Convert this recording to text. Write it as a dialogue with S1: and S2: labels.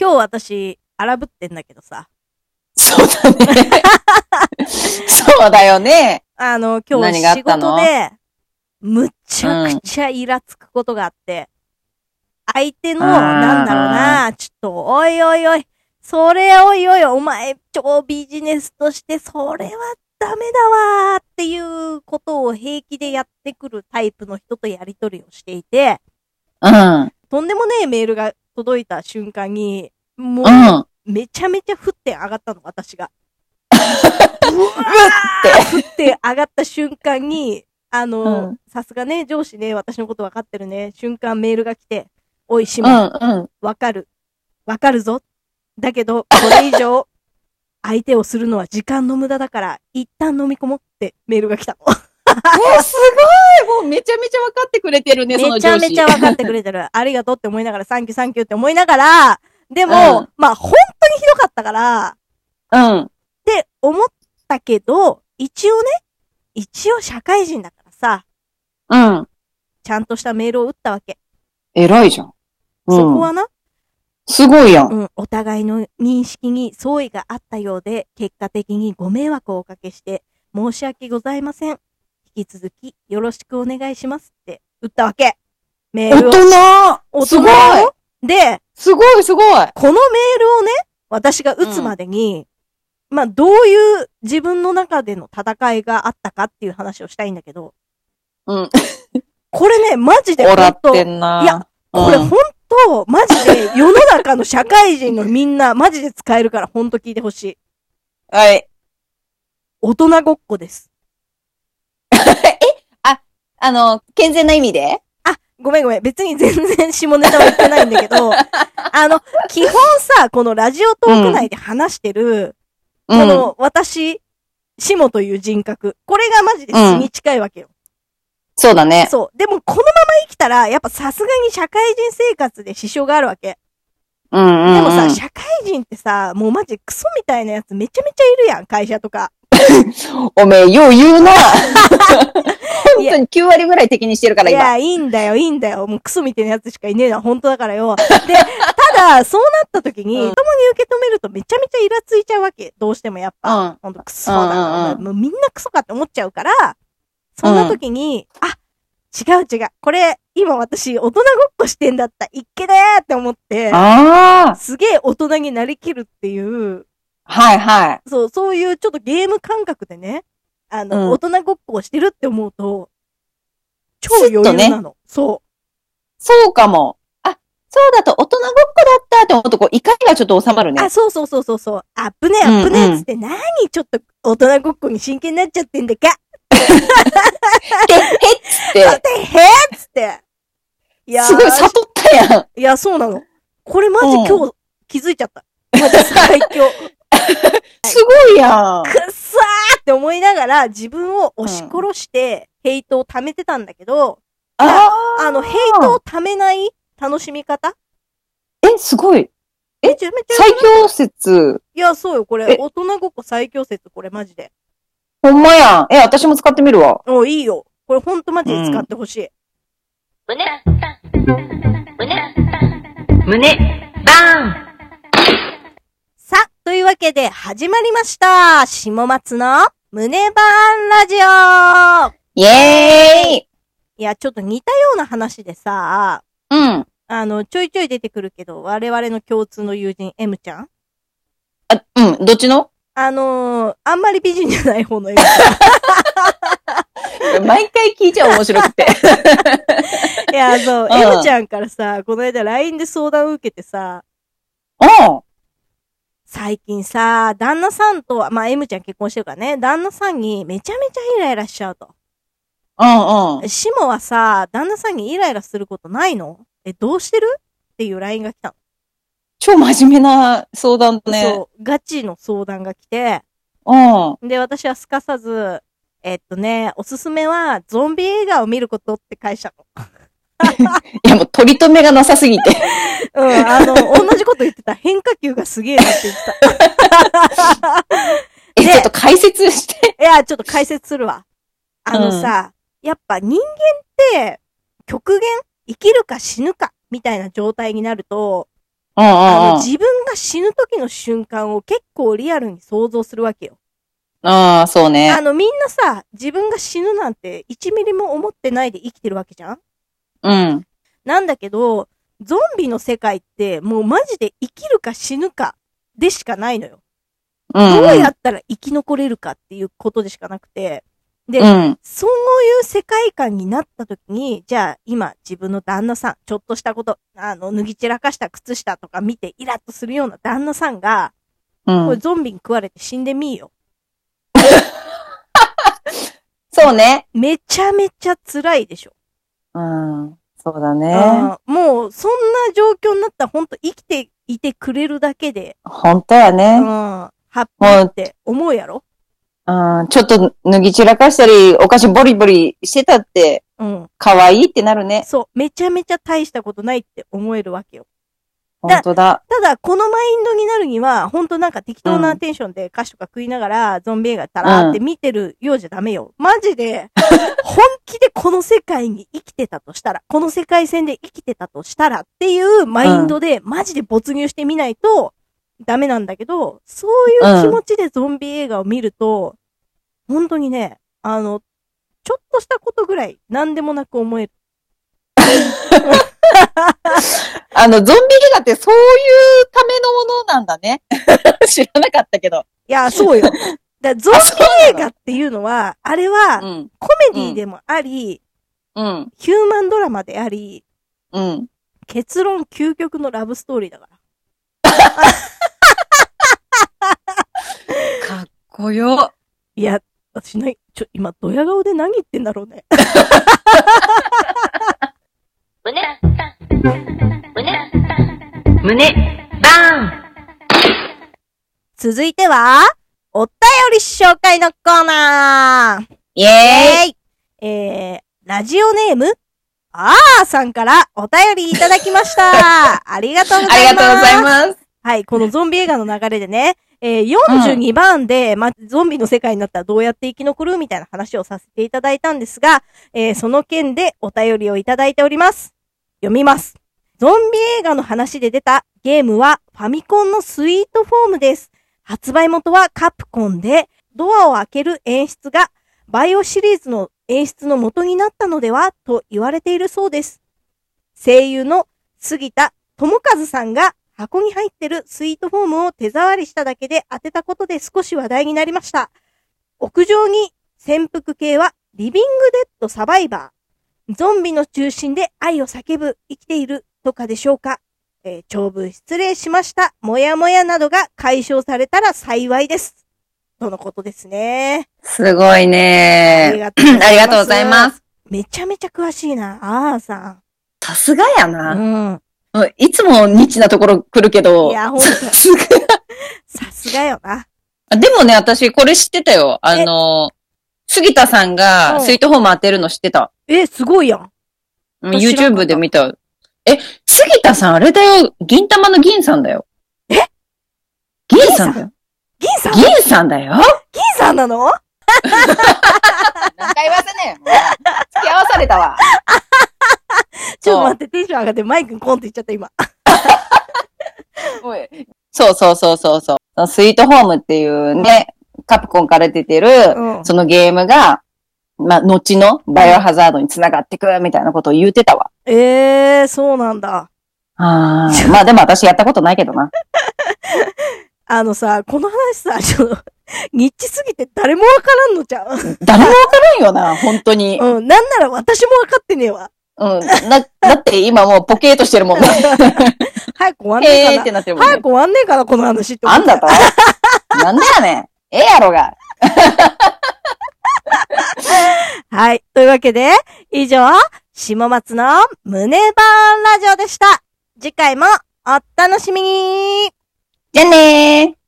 S1: 今日私、荒ぶってんだけどさ。
S2: そうだね。そうだよね。
S1: あの、今日
S2: 何があっ
S1: 仕
S2: たの
S1: 事で、むちゃくちゃイラつくことがあって、相手の、
S2: あー
S1: なんだろうな、ちょっと、おいおいおい、それおいおい、お前、超ビジネスとして、それはダメだわーっていうことを平気でやってくるタイプの人とやりとりをしていて、
S2: うん。うん。
S1: とんでもねえメールが届いた瞬間に、もう、
S2: う
S1: めちゃめちゃ降って上がったの、私が。
S2: っ
S1: 降って上がった瞬間に、あの、
S2: うん
S1: さすがね、上司ね、私のこと分かってるね、瞬間メールが来て、おい、
S2: て。
S1: し
S2: う
S1: ま、
S2: ん。うん。
S1: わかる。わかるぞ。だけど、これ以上、相手をするのは時間の無駄だから、一旦飲み込もうってメールが来たの。
S2: え、すごいもうめちゃめちゃ分かってくれてるね、その
S1: め
S2: 上
S1: ち
S2: 司。
S1: ゃめちゃ分かってくれてる。ありがとうって思いながら、サンキューサンキューって思いながら、でも、
S2: うん
S1: まあ、本当にひどかったから、
S2: うん。
S1: って思ったけど、一応ね、一応社会人だからさ、
S2: うん。
S1: ちゃんとしたメールを打ったわけ。
S2: 偉いじゃん。うん、
S1: そこはな、
S2: すごいやん。
S1: うん、お互いの認識に相違があったようで、結果的にご迷惑をおかけして、申し訳ございません。引き続き、よろしくお願いしますって、打ったわけ。メールを。
S2: 大人すごい
S1: だよで、
S2: すごいすごい
S1: このメールをね、私が打つまでに、まあ、どういう自分の中での戦いがあったかっていう話をしたいんだけど、
S2: うん。
S1: これね、マジで
S2: おら
S1: 本
S2: っ
S1: 当、
S2: てんな。
S1: いや、これ本当、マジで世の中の社会人のみんな、マジで使えるから本当聞いてほしい。
S2: はい。
S1: 大人ごっこです。
S2: あの、健全な意味で
S1: ごめんごめん。別に全然下ネタは言ってないんだけど、あの、基本さ、このラジオトーク内で話してる、
S2: う
S1: こ
S2: ん。
S1: の私、下という人格。これがマジで死に近いわけよ。
S2: そうだね。
S1: そう。でも、このまま生きたら、やっぱさすがに社会人生活で支障があるわけ。
S2: うんうん、うん。
S1: でもさ、社会人ってさ、もうマジクソみたいなやつめちゃめちゃいるやん、会社とか。
S2: おめえ、よう言うな。
S1: い
S2: 本当
S1: や
S2: に9割ぐらい敵にしてるから、
S1: い
S2: 今。
S1: や、いいんだよ、いいんだよ。もうクソみたいなやつしかいねえのは本当だからよ。で、ただ、そうなった時に、
S2: うん
S1: 子供に受け止めるとめちゃめちゃイラついちゃうわけ。どうしてもやっぱ、
S2: うん。
S1: ほんとクソだな、
S2: うんうん
S1: もうみんなクソかって思っちゃうから、そんな時に、あ、違う違う。これ、今私、大人ごっこしてんだった。いっけねーって思って、
S2: ああ。
S1: すげえ大人になりきるっていう、
S2: はいはい。
S1: そう、そういうちょっとゲーム感覚でね、あの、
S2: うん
S1: 大人ごっこをしてるって思うと、超余裕なの。そう。
S2: そうかも。あ、そうだと大人ごっこだったって思うと、こう、怒りがちょっと収まるね
S1: あ、。そうそうそうそうそう。あっぶねえ、
S2: うんうん
S1: あっぶねえっつって、何ちょっと大人ごっこに真剣になっちゃってんだか。
S2: へへっつっ
S1: で、へえっつって。い
S2: て、
S1: やー
S2: すごい悟ったやん。
S1: いや、そうなの。これマジ
S2: うん
S1: 今日気づいちゃった。マジ最 強。
S2: すごいやん。
S1: くっさーって思いながら自分を押し殺して、ヘイトを溜めてたんだけど、
S2: あー
S1: あの、ヘイトを溜めない楽しみ方
S2: え、すごい。え
S1: めちゃめちゃ。
S2: 最強説。
S1: いや、そうよ、これ
S2: え。
S1: 大人ごっこ最強説、これマジで。
S2: ほんまやん。え、私も使ってみるわ。
S1: お、いいよ。これほんとマジで使ってほしい。
S3: 胸胸バーン
S1: さあ、というわけで始まりました。下松の胸バーンラジオ
S2: イエーイ
S1: いや、ちょっと似たような話でさ、
S2: うん。
S1: あの、ちょいちょい出てくるけど、我々の共通の友人、M ちゃん
S2: あ、うん。どっちの
S1: あのー、あんまり美人じゃない方の M ち
S2: 毎回聞いちゃう面白くて。
S1: ゃん。いや、そう、
S2: うん
S1: M ちゃんからさ、この間 LINE で相談を受けてさ、
S2: うん。
S1: 最近さ、旦那さんとは、まあ、M ちゃん結婚してるからね、旦那さんにめちゃめちゃイライラしちゃうと。
S2: うんうん。
S1: シモはさ、旦那さんにイライラすることないのえ、どうしてるっていう LINE が来た
S2: 超真面目な相談だ
S1: の。
S2: ね。
S1: そう、ガチの相談が来て、
S2: うん。
S1: で、私はすかさず、えっとね、おすすめはゾンビ映画を見ることって返したの。
S2: いやもう取り留めがなさすぎて。
S1: うん、あの、同じこと言ってた。変化球がすげえなって言って た。
S2: え、
S1: ね
S2: ちょっと解説して。
S1: いや、ちょっと解説するわ。あのさ、やっぱ人間って、極限生きるか死ぬかみたいな状態になると、
S2: うんう
S1: あ
S2: ん
S1: の
S2: うん。
S1: 自分がが死ぬ時の瞬間を結構リアルに想像するわけよ。
S2: ああ、そうね
S1: あ。の、みんなさ、自分が死ぬなんて1ミリも思ってないで生きてるわけじゃん
S2: うん。
S1: なんだけど、ゾンビの世界ってもうマジで生きるか死ぬかでしかないのよ。
S2: うん。
S1: どうやったら生き残れるかっていうことでしかなくて。で、
S2: うん。
S1: そういう世界観になった時に、じゃあ今自分の旦那さん、ちょっとしたこと、あの、脱ぎ散らかした靴下とか見てイラッとするような旦那さんが、
S2: うん
S1: これゾンビに食われて死んでみーよ。
S2: そうね。
S1: めちゃめちゃ辛いでしょ。
S2: うん。そうだね。
S1: あーもうそんな状況になったら本当生きていてくれるだけで、
S2: 本当や
S1: うん、
S2: ね。
S1: ハッピーって思うやろ
S2: うん。ちょっと脱ぎ散らかしたり、お菓子ボリボリしてたって、
S1: うん。
S2: 可愛いってなるね。
S1: そう。めちゃめちゃ大したことないって思えるわけよ。だ
S2: 本当だ。
S1: ただ、このマインドになるには、本当なんか適当なテンションで歌詞とか食いながら、ゾンビ映画たらーって見てるようじゃダメよ。マジで、本気でこの世界に生きてたとしたら、この世界線で生きてたとしたらっていうマインドで、マジで没入してみないとダメなんだけど、そういう気持ちでゾンビ映画を見ると、本当にね、あの、ちょっとしたことぐらい何でもなく思える。
S2: あの、ゾンビ映画ってそういうためのものなんだね。 知らなかったけど。
S1: いや、そう よ。だからゾン
S2: あそう
S1: ビ
S2: な
S1: 映
S2: の
S1: 画っていうのは、あれは、
S2: うん。
S1: コメディでもあり、
S2: うん。
S1: ヒューマンドラマであり、
S2: うん。
S1: 結論究極のラブストーリーだから。
S2: かっこよ。
S1: いや、私な、ちょ、今、ドヤ顔で何言ってんだろうね。
S3: 胸胸バーン
S1: 続いては、お便り紹介のコーナー
S2: イェーイ
S1: えいえー、ラジオネーム、あーさんからお便りいただきま した。ありがとうご
S2: あ
S1: ざいます。
S2: りがとうございます。
S1: はい、このゾンビ映画の流れでね、えー42番で、まあ、ゾンビの世界になったらどうやって生き残るみたいな話をさせていただいたんですが、えーその件でお便りをいただいております。読みます。ゾンビ映画の話で出たゲームはファミコンのスイートフォームです。発売元はカプコンで、ドアを開ける演出がバイオシリーズの演出の元になったのではと言われているそうです。声優の杉田智和さんが箱に入ってるスイートフォームを手触りしただけで当てたことで少し話題になりました。屋上に潜伏系はリビングデッドサバイバー。ゾンビの中心で愛を叫ぶ生きているとかでしょうか。えー長文失礼しました。もやもやなどが解消されたら幸いです。とのことですね。
S2: すごいね。
S1: がとうございま
S2: ありがとうございます。
S1: めちゃめちゃ詳しいな、あーさ
S2: さすがや
S1: ん。
S2: な。
S1: うん。
S2: いつもニッチなところ来るけど。
S1: いやほんと
S2: さすが。
S1: さすがよな。
S2: あでもね、私これ知ってたよ。あの、杉田さん
S1: う
S2: が
S1: ん
S2: スイートホーム当てるの知ってた。
S1: え、すごいやん。
S2: うん
S1: 知らなかった
S2: YouTube で見た。え、杉田さんあれだよ。銀玉の銀さんだよ。
S1: え
S2: 銀さんだよ。
S1: 銀さん銀
S2: 銀さんだよ。
S1: さんなの
S2: 何回言わせねえ。付き合わされたわ。
S1: ちょっと待って、テンション上がってマイクにコンって言っちゃった今。
S2: そうそうそうそうそう。スイートホームっていうね、カプコンから出てる、
S1: うん
S2: そのゲームが、まあ、後のバイオハザードにつながってくみたいなことを言うてたわ。
S1: えー、そうなんだ。
S2: あーまあでも私やったことないけどな。
S1: あのさ、この話さ、 ちょっと、ニッチすぎて誰もわからんのじゃん。
S2: 誰もわからんよな、 本当に。
S1: うん、なんなら私もわかってねえ わ。
S2: うん。だ、だって今もうポケーとしてるもんね。
S1: 早く終わんね
S2: へ
S1: え
S2: ーっ
S1: か
S2: て
S1: な。
S2: なってるもん
S1: 早
S2: ね
S1: く。終わんねえかな、この話って思
S2: あ
S1: っ
S2: ん
S1: て
S2: だとなんでやねん。ええやろが。
S1: はい。というわけで、以上、下松の胸バーンラジオでした。次回もお楽しみに
S2: じゃあねー。